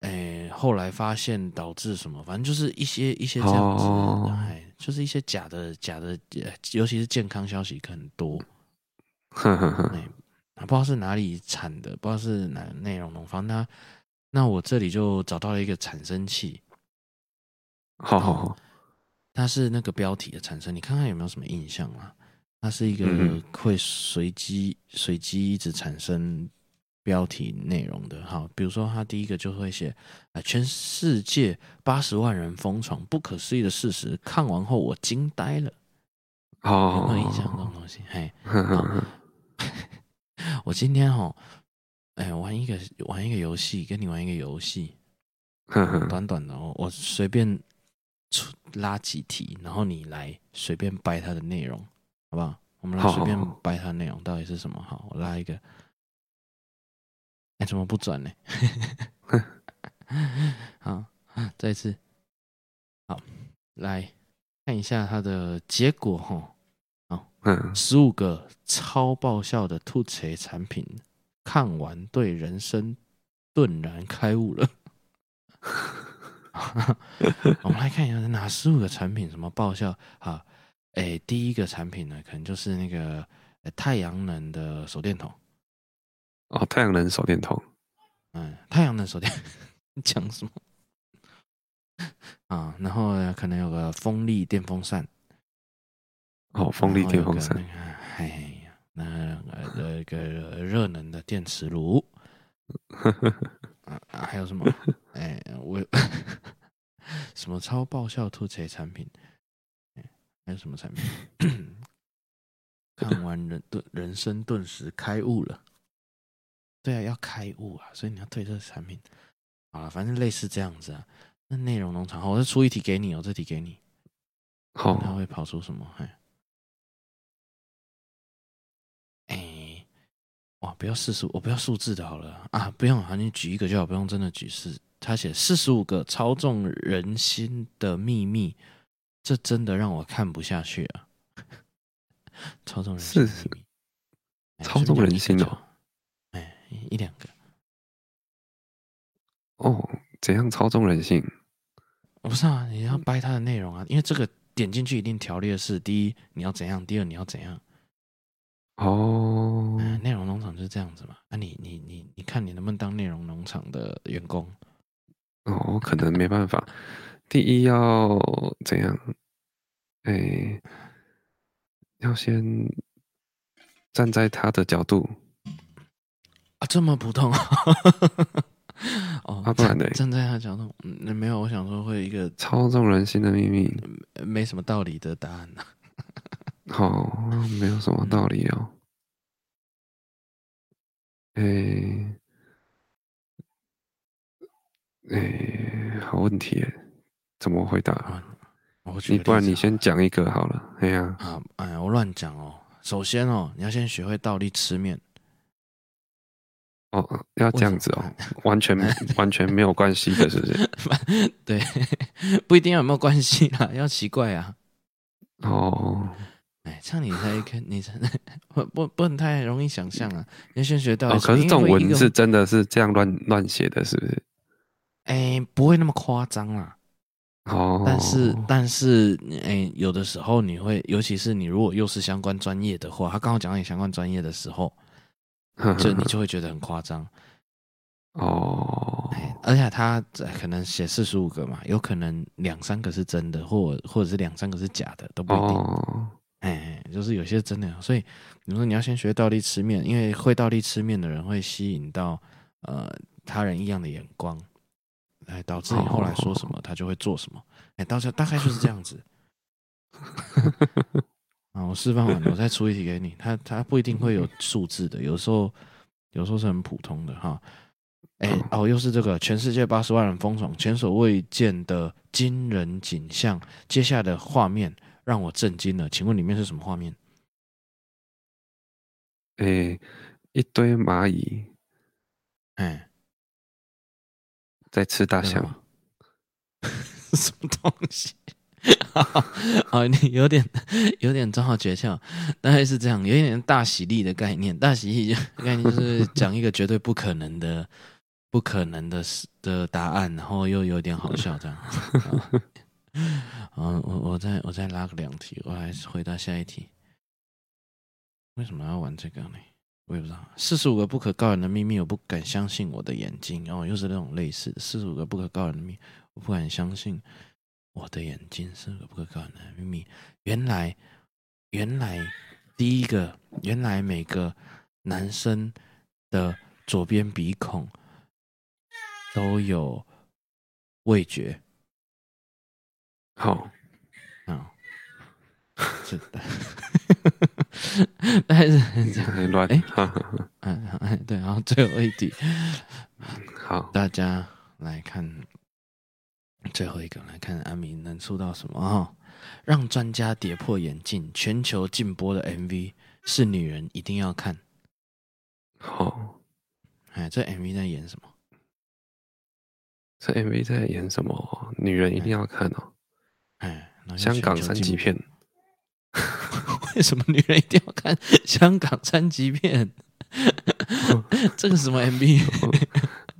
诶、后来发现导致什么，反正就是一些一些这样子，
哦
哎，就是一些假的假的，呃尤其是健康消息很多，
哼哼哼，
啊不知道是哪里产的，不知道是哪内容农方，那那我这里就找到了一个产生器，
好好好，
它是那个标题的产生，你看看有没有什么印象啊？它是一个
嗯
会随机随机一直产生标题内容的。好，比如说它第一个就会写啊、呃全世界八十万人疯传不可思议的事实，看完后我惊呆了，有
哦，
没有印象这种东西？嘿，
哼哼哼
我今天哈，哎，玩一个玩一个游戏，跟你玩一个游戏，
哼哼
短短的哦，我随便出拉几题，然后你来随便掰它的内容，好不好？我们来
好
随
好
便
好
掰它的内容到底是什么？好，我拉一个。哎、怎么不转呢？ 好，再一次，好，来看一下它的结果哈。
哼，
十五个超爆笑的吐槽产品，看完对人生顿然开悟了。 我们来看一下哪十五个产品什么爆笑啊？哎，第一个产品呢，可能就是那个、呃太阳能的手电筒。
哦，太阳能手电筒，
嗯，太阳能手电 你讲什么啊？然后呢可能有个风力电风扇，
哦，风力
然后
电
有
风
个
扇
那，个哎呀，那呃有一个热能的电磁炉，啊啊还有什么？哎，我什么超爆笑吐槽产品？哎还有什么产品？看完人顿人生顿时开悟了。对啊，要开悟啊，所以你要对这个产品。好了，反正类似这样子啊。那内容农场，好我再出一题给你哦，这题给你，看它
哦，
会跑出什么？哎，哎，哇，不要四十，我不要数字的好了啊，不用啊，你举一个就好，不用真的举四。他写四十五个操纵人心的秘密，这真的让我看不下去啊！ 操纵人心的秘密，哎哎
操纵人心
随便讲一
哦
个就好哎一两个。
哦，怎样操纵人性？
我不是啊，你要掰它的内容啊，因为这个点进去一定条例的是：第一你要怎样，第二你要怎样。
哦，
嗯，内容农场就是这样子嘛。啊你，你你你看你能不能当内容农场的员工？
哦，我可能没办法。 第一要怎样？哎、要先站在他的角度，
啊，这么普通啊！ 哦，
啊不然嘞
站站在他角度，嗯，没有，我想说会有一个
操纵人心的秘密。
呃没什么道理的答案、啊、
好，没有什么道理哦。诶、诶、好问题耶，怎么回答？
啊。我举
你
个
不然
例子啊
你
好
先
了
讲一个好了。哎呀，
啊，哎呀，我乱讲哦。首先哦，你要先学会倒立吃面。
哦，要这样子哦，
为什么，
完全完全没有关系的，是不是？
对，不一定要有没有关系啦，要奇怪啊。
哦，
哎，像你才可，你才 不不不能太容易想象啊。你要先学 到、
哦，可是这种
因为一
文
个
字，真的是这样乱乱写的，是不是？
哎，不会那么夸张啦。
哦，
但是，但是，哎、有的时候你会，尤其是你如果又是相关专业的话，他刚好讲到你相关专业的时候，
嗯
就你就会觉得很夸张。
哦，
哎，而且他呃可能写四十五个嘛，有可能两三个是真的，或或者是两三个是假的，都不一定。
哦，
哎，就是有些真的，所以比如说你要先学倒立吃面，因为会倒立吃面的人会吸引到呃他人异样的眼光，哎，导致你后来说什么他就会做什么，哎，到这大概就是这样子。啊，我示范完了，我再出一题给你，它它不一定会有数字的，有时候有时候是很普通的哈。哎、哦，又是这个，全世界八十万人疯爽，前所未见的惊人景象。接下来的画面让我震惊了，请问里面是什么画面？
诶、一堆蚂蚁
哎，
在吃大
那个
象。
吗 什么东西？ 啊，你有点有点抓好诀窍，大概是这样，有一点大喜力的概念。大喜力就概念就是讲一个绝对不可能的、 不可能的事的答案，然后又有点好笑这样。 啊啊，我我再我再拉个两题，我来回答下一题。为什么要玩这个呢？我也不知道。四十五个不可告人的秘密，我不敢相信我的眼睛。然、哦、后又是那种类似的四十五个不可告人的秘密，我不敢相信我的眼睛是个不可告人的秘密。原来，原来第一个，原来每个男生的左边鼻孔都有味觉
好，
啊。 是的， 但是 这样，
还乱，
诶
哈哈哈
嗯，嗯对，然后最后一题，
好，
大家来看最后一个，来看阿明能出到什么哦？让专家跌破眼镜，全球禁播的 MV 是女人一定要看。
好，
哎，这 MV 在演什么？
这 MV 在演什么？哦女人一定要看哦，
哎，然后就
香港
全球
三
禁
级片，
播。为什么女人一定要看 香港三级片？ 这个什么 MV？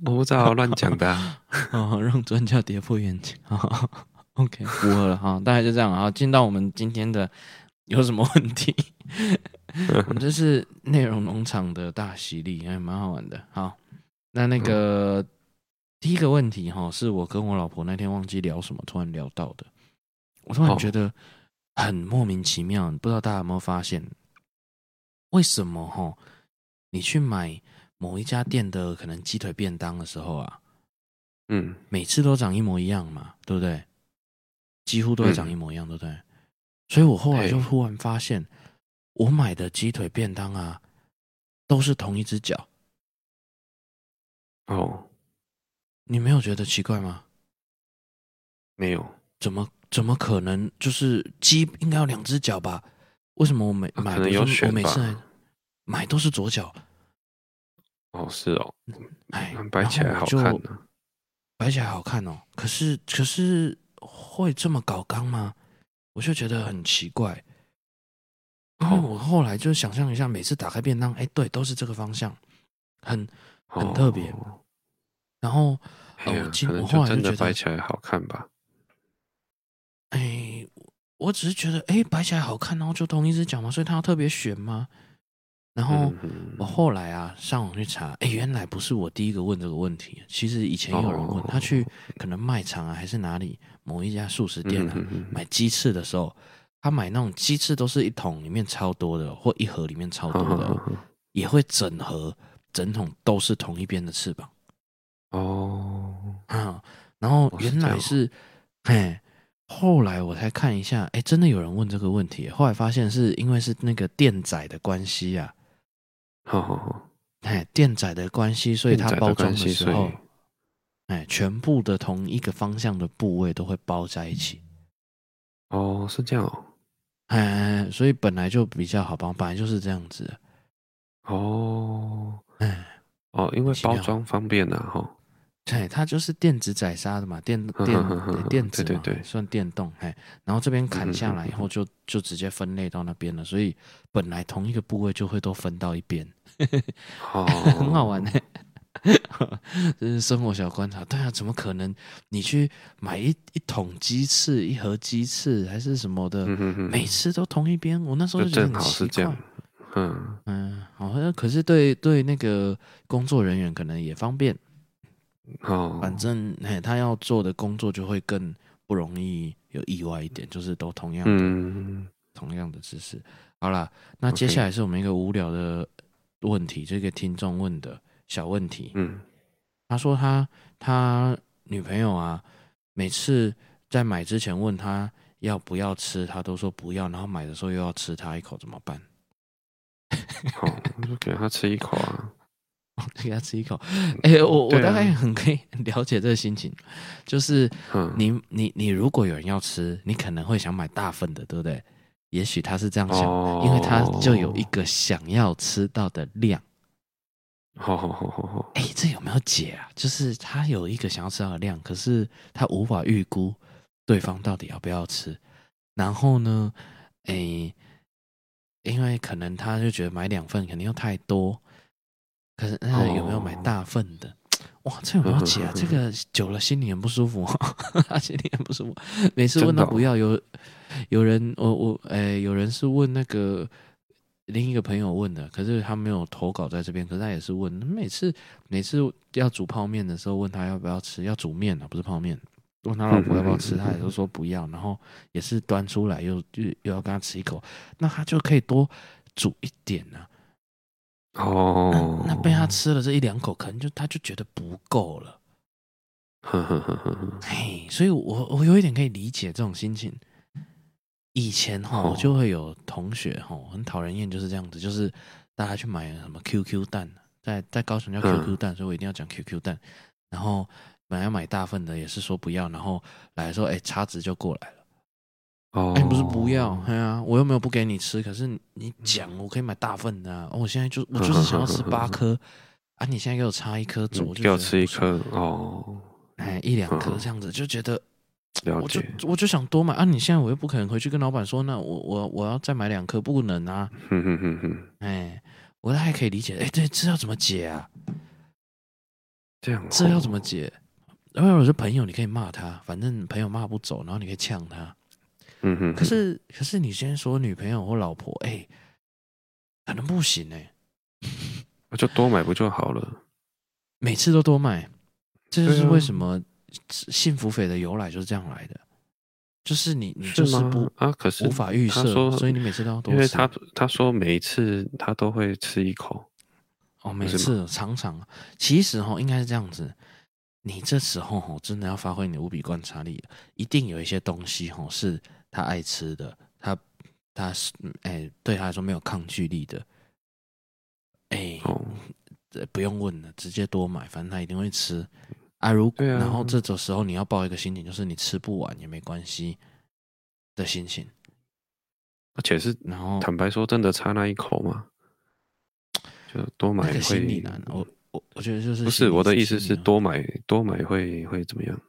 我不知道乱讲的 啊、
哦，让专家跌破眼镜。 哦 OK，符合了哈，大概就这样啊。进到我们今天的有什么问 题？我们这是内容农场的大洗礼，还蛮好玩的。好，那那个、第一个问题哈，是我跟我老婆那天忘记聊什么，突然聊到的。我突然
哦
觉得很莫名其妙，不知道大家有没有发现，为什么哈？你去买某一家店的可能鸡腿便当的时候啊，
嗯，
每次都长一模一样嘛，对不对？几乎都会长一模一样，对不对？所以我后来就
嗯对
忽然发现，我买的鸡腿便当啊，都是同一只脚，
哦，
你没有觉得奇怪吗？
没有，
怎么怎么可能？就是鸡应该有两只脚吧？为什么我每
啊
买
可能
比如
有
说
选
我每次
吧
来买都是左脚，
哦，是哦，
哎，
摆起来好
然
看
后我就
呢、哦
摆起来好看哦。可是可是会这么搞刚吗？我就觉得很奇怪。因为我后来就想象一下，每次打开便当，哎，对，都是这个方向。很很特别
哦
然后呃
哎呀
我今
可能
我
就
后来就
真的
觉得
摆起来好看吧。
哎，我我只是觉得哎摆起来好看，然后就同一只脚嘛，所以它要特别选吗？然后
嗯
我后来啊上网去查，哎，原来不是我第一个问这个问题，其实以前有人问
哦
他去可能卖场啊还是哪里某一家素食店啊
嗯嗯嗯
买鸡翅的时候，他买那种鸡翅都是一桶里面超多的，或一盒里面超多
嗯
的哦，也会整盒整桶都是同一边的翅膀
哦，
啊。然后
哦是
原
这
来
样哦
是，哎，后来我才看一下，哎，真的有人问这个问题，后来发现是因为是那个店仔的关系啊，
好好好，
哎，店仔的关系，所以它
店仔的
包装
关
的
系
时
所以
候，哎，全部的同一个方向的部位都会包在一起。
哦，是这样哦，
哎，所以本来就比较好包，本来就是这样子。
哦
哎，
哦，因为
奇
包
妙
装方便啊呐，哈，
对，它就是电子宰杀的嘛，电
嗯
电对电子嘛，
对对对
算电动，哎，然后这边砍下来以
嗯
后就就直接分类到那边了，所以本来同一个部位就会都分到一边，
哦，
很好玩呢、欸这是生活小观察。对啊，怎么可能？你去买一一桶鸡翅、一盒鸡翅还是什么的，
嗯哼哼，
每次都同一边，我那时候
就
觉得
正
很
好
奇
是
怪
这样。，嗯，
嗯，好像可是对对那个工作人员可能也方便，
哦，
反正嘿他要做的工作就会更不容易有意外一点，就是都同样的、
嗯，
同样的知识。好啦，那
OK
接下来是我们一个无聊的问题，这个听众问的小问题。
嗯
他说他他女朋友啊，每次在买之前问他要不要吃，他都说不要，然后买的时候又要吃他一口，怎么办？
好，我就给他吃一口 啊。
给他吃一口。哎、我我
对啊
大概很可以了解这个心情，就是
嗯，
你你你如果有人要吃，你可能会想买大份的，对不对？也许他是这样想，
哦
因为他就有一个想要吃到的量。
好好好好好，
哎、这有没有解啊？就是他有一个想要吃到的量，可是他无法预估对方到底要不要吃。然后呢，哎、因为可能他就觉得买两份肯定又太多，可是那
哦
有没有买大份的？哇，这有没有解啊？这个久了心里很不舒服、哦，他 心里很不舒服。每次问到
真的哦
不要，有有人我我哎、有人是问那个另一个朋友问的，可是他没有投稿在这边，可是他也是问，每次每次要煮泡面的时候，问他要不要吃，要煮面啊，不是泡面。问他老婆要不要吃，
嗯嗯嗯嗯
他也都说不要，然后也是端出来又又又要跟他吃一口，那他就可以多煮一点啊。
哦，
那被他吃了这一两口，可能就他就觉得不够了。
哼哼哼哼哼，
嘿，哎所以我我有一点可以理解这种心情。以前哈，
哦
我就会有同学哈，很讨人厌，就是这样子，就是大家去买什么 QQ 蛋，在在高雄叫
嗯
QQ 蛋，所以我一定要讲 QQ 蛋。然后本来要买大份的，也是说不要，然后来说，哎、叉子就过来了，
哦，
哎、不是不要，哎呀、我又没有不给你吃，可是你讲我可以买大份的、啊，哦，我现在就我就是想要吃八颗，啊，你现在给我插一颗
嗯，
走，我就
给我
觉得
吃一
不爽，
颗哦，
哎，一两颗
嗯
这样子，就觉得
了
我就
解，
我就想多买啊！你现在我又不可能回去跟老板说，那我我我要再买两颗，不能啊！
哼哼哼哼，
哎，我还可以理解。哎，对，这要怎么解啊？
这样哦
这要怎么解？因为我是朋友，你可以骂他，反正朋友骂不走，然后你可以呛他。
嗯哼哼，
可是可是你先说女朋友或老婆，哎，可能不行哎、
我就多买不就好了？
每次都多买，这就
对
是
啊
为什么幸福肥的由来就是这样来的，就是你你就是
吗
不。
啊，可是
无法预
他
设，
说
所以你每次都要多吃。
因为他他说每一次他都会吃一口，
哦，每
是吗
次常常，其实哈、应该是这样子。你这时候哈、真的要发挥你的无比观察力了，一定有一些东西哈、是他爱吃的，他他是嗯哎，对他来说没有抗拒力的，哎，
哦，
这不用问了，直接多买，反正他一定会吃啊。如
对啊
然后这种时候你要抱一个心情，就是你吃不完也没关系的心情，
而且是
然后
坦白说，真的差那一口吗？就多买
那个心理
会
难，我我我觉得就是
不
心
是
理
我的意思
心
是
理啊
多买多买会会怎么样？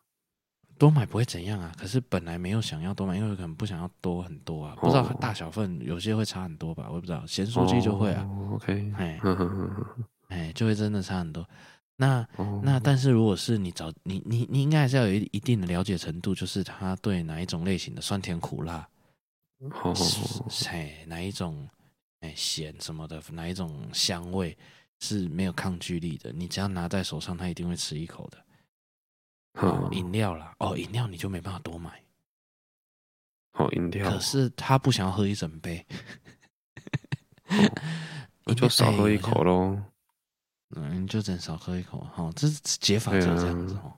多买不会怎样啊，可是本来没有想要多买，因为可能不想要多很多啊，不知道
哦
大小份有些会差很多吧，我也不知道，咸酥鸡就会啊，
哦，OK，
哎
嗯哼哼哼
哎，就会真的差很多。那
哦，
那但是如果是你找你你你应该还是要有一一定的了解程度，就是他对哪一种类型的酸甜苦辣，
好好好，
哎哪一种哎咸什么的，哪一种香味是没有抗拒力的，你只要拿在手上，他一定会吃一口的。哦
好，
饮料啦，哦，饮料你就没办法多买，
好饮料
可，是他不想要喝一整杯，
哦 我就少喝一口喽。
嗯，你就只能少喝一口哈、哦。这是解法就这样子
对啊
哦。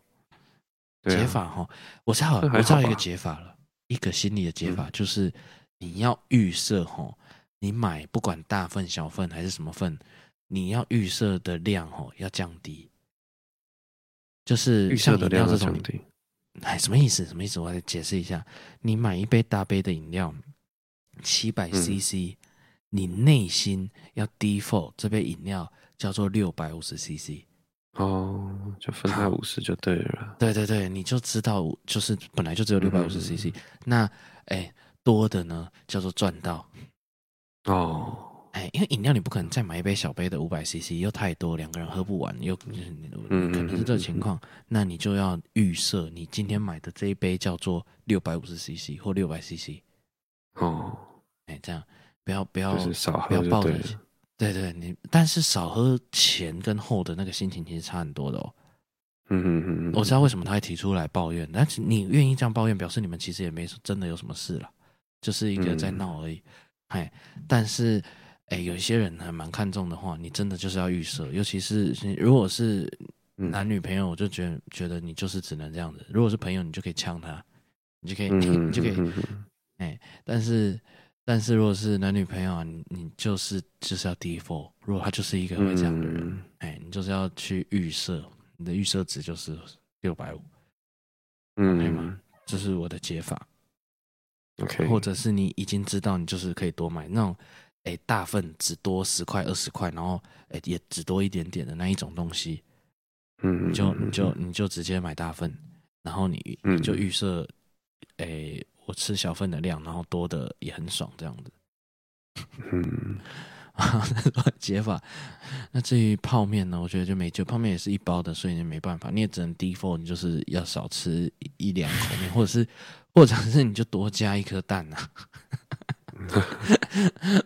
对啊
解法哈，我知道
这
了，
还好
我知道一
吧嗯
个解法了，一个心理的解法就是你要预设哈，你买不管大份小份还是什么份，你要预设的量哈要降低，就是
预设
像
的
饮料
量要
这
降
种，
低。
哎，什么意思？什么意思？我来解释一下，你买一杯大杯的饮料，七百
嗯
CC，你内心要 default 这杯饮料叫做六百五十 CC。
哦，就分开五十就对了啦。
对对对，你就知道，就是本来就只有六百五十
嗯
CC，那哎多的呢叫做赚到，
哦，
哎，因为饮料你不可能再买一杯小杯的五百 CC，又太多，两个人喝不完，又嗯
嗯
可能是这个情况，那你就要预设你今天买的这一杯叫做六百五十 CC 或六百 CC，
哦，
哎，这样不要不要
就是少
不
喝
要
就
抱
对
着
了。
对对，你但是少喝前跟后的那个心情其实差很多的哦。
嗯嗯嗯嗯，
我知道为什么他会提出来抱怨，但是你愿意这样抱怨，表示你们其实也没真的有什么事了，就是一个
嗯
在闹而已。哎、但是哎，有一些人还蛮看重的话，你真的就是要预设，尤其是是如果是
嗯
男女朋友，我就觉得觉得你就是只能这样子；如果是朋友，你就可以呛他，你就可以、
嗯嗯
你就可以。
嗯嗯嗯
但是但是如果是男女朋友啊，你你就是就是要 default，如果他就是一个会这样的人，
嗯
哎，你就是要去预设，你的预设值就是六百五。对
嗯
吗这是我的解法，
，OK，
或者是你已经知道，你就是可以多买那种，哎，大份只多十块二十块，然后哎也只多一点点的那一种东西，
嗯
你就
嗯嗯
你就
嗯
你就直接买大份，然后你
嗯
你就预设，哎，我吃小份的量，然后多的也很爽这样子。
嗯
啊， 那是我的解法。那至于泡面呢，我觉得就没救，泡面也是一包的，所以你没办法，你也只能 default，你就是要少吃一一两口面，或者是或者是你就多加一颗蛋啊，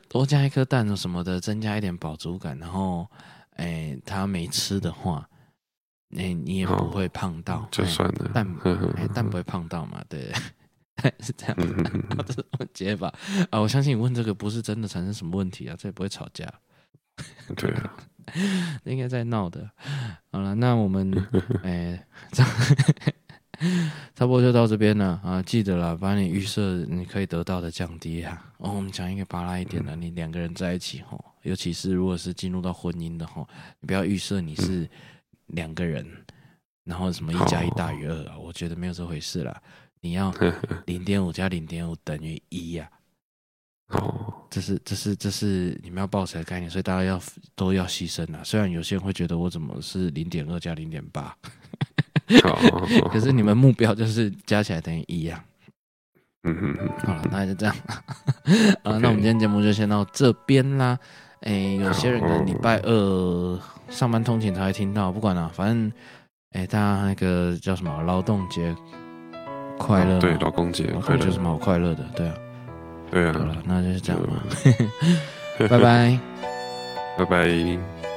多加一颗蛋什么的，增加一点饱足感。然后，哎、他没吃的话，哎、你也不会胖到，
哦就
哎
算了
蛋
呵呵
哎、蛋不会胖到嘛，对。 是这样，
嗯嗯 嗯
这是我解法啊！我相信你问这个不是真的产生什么问题啊，这也不会吵架。
嗯对啊，
应该在闹的。好了，那我们哎，差 差不多就到这边了啊！记得了，把你预设你可以得到的降低啊。哦，我们讲一个巴拉一点的，你两个人在一起吼，尤其是如果是进入到婚姻的吼，你不要预设你是两个人，然后什么一加一大于二啊，我觉得没有这回事啦。你要零点五加零点五等于一啊呀、
哦，
这是这是这是你们要抱持的概念，所以大家要都要牺牲啊。虽然有些人会觉得我怎么是零点二加零点八，
好，
可是你们目标就是加起来等于一啊。
嗯嗯嗯
好了，那就这样 啊。
OK
那我们今天节目就先到这边啦。诶，有些人可能礼拜二上班通勤才会听到，不管了、啊反正诶，大家那个叫什么劳动节快乐、
啊
哦
对，老公节
劳
快
动节有
乐
什，么好快乐的？对啊，
对
好
啊
了，，那就是这样吧，
嗯
拜拜。
拜拜。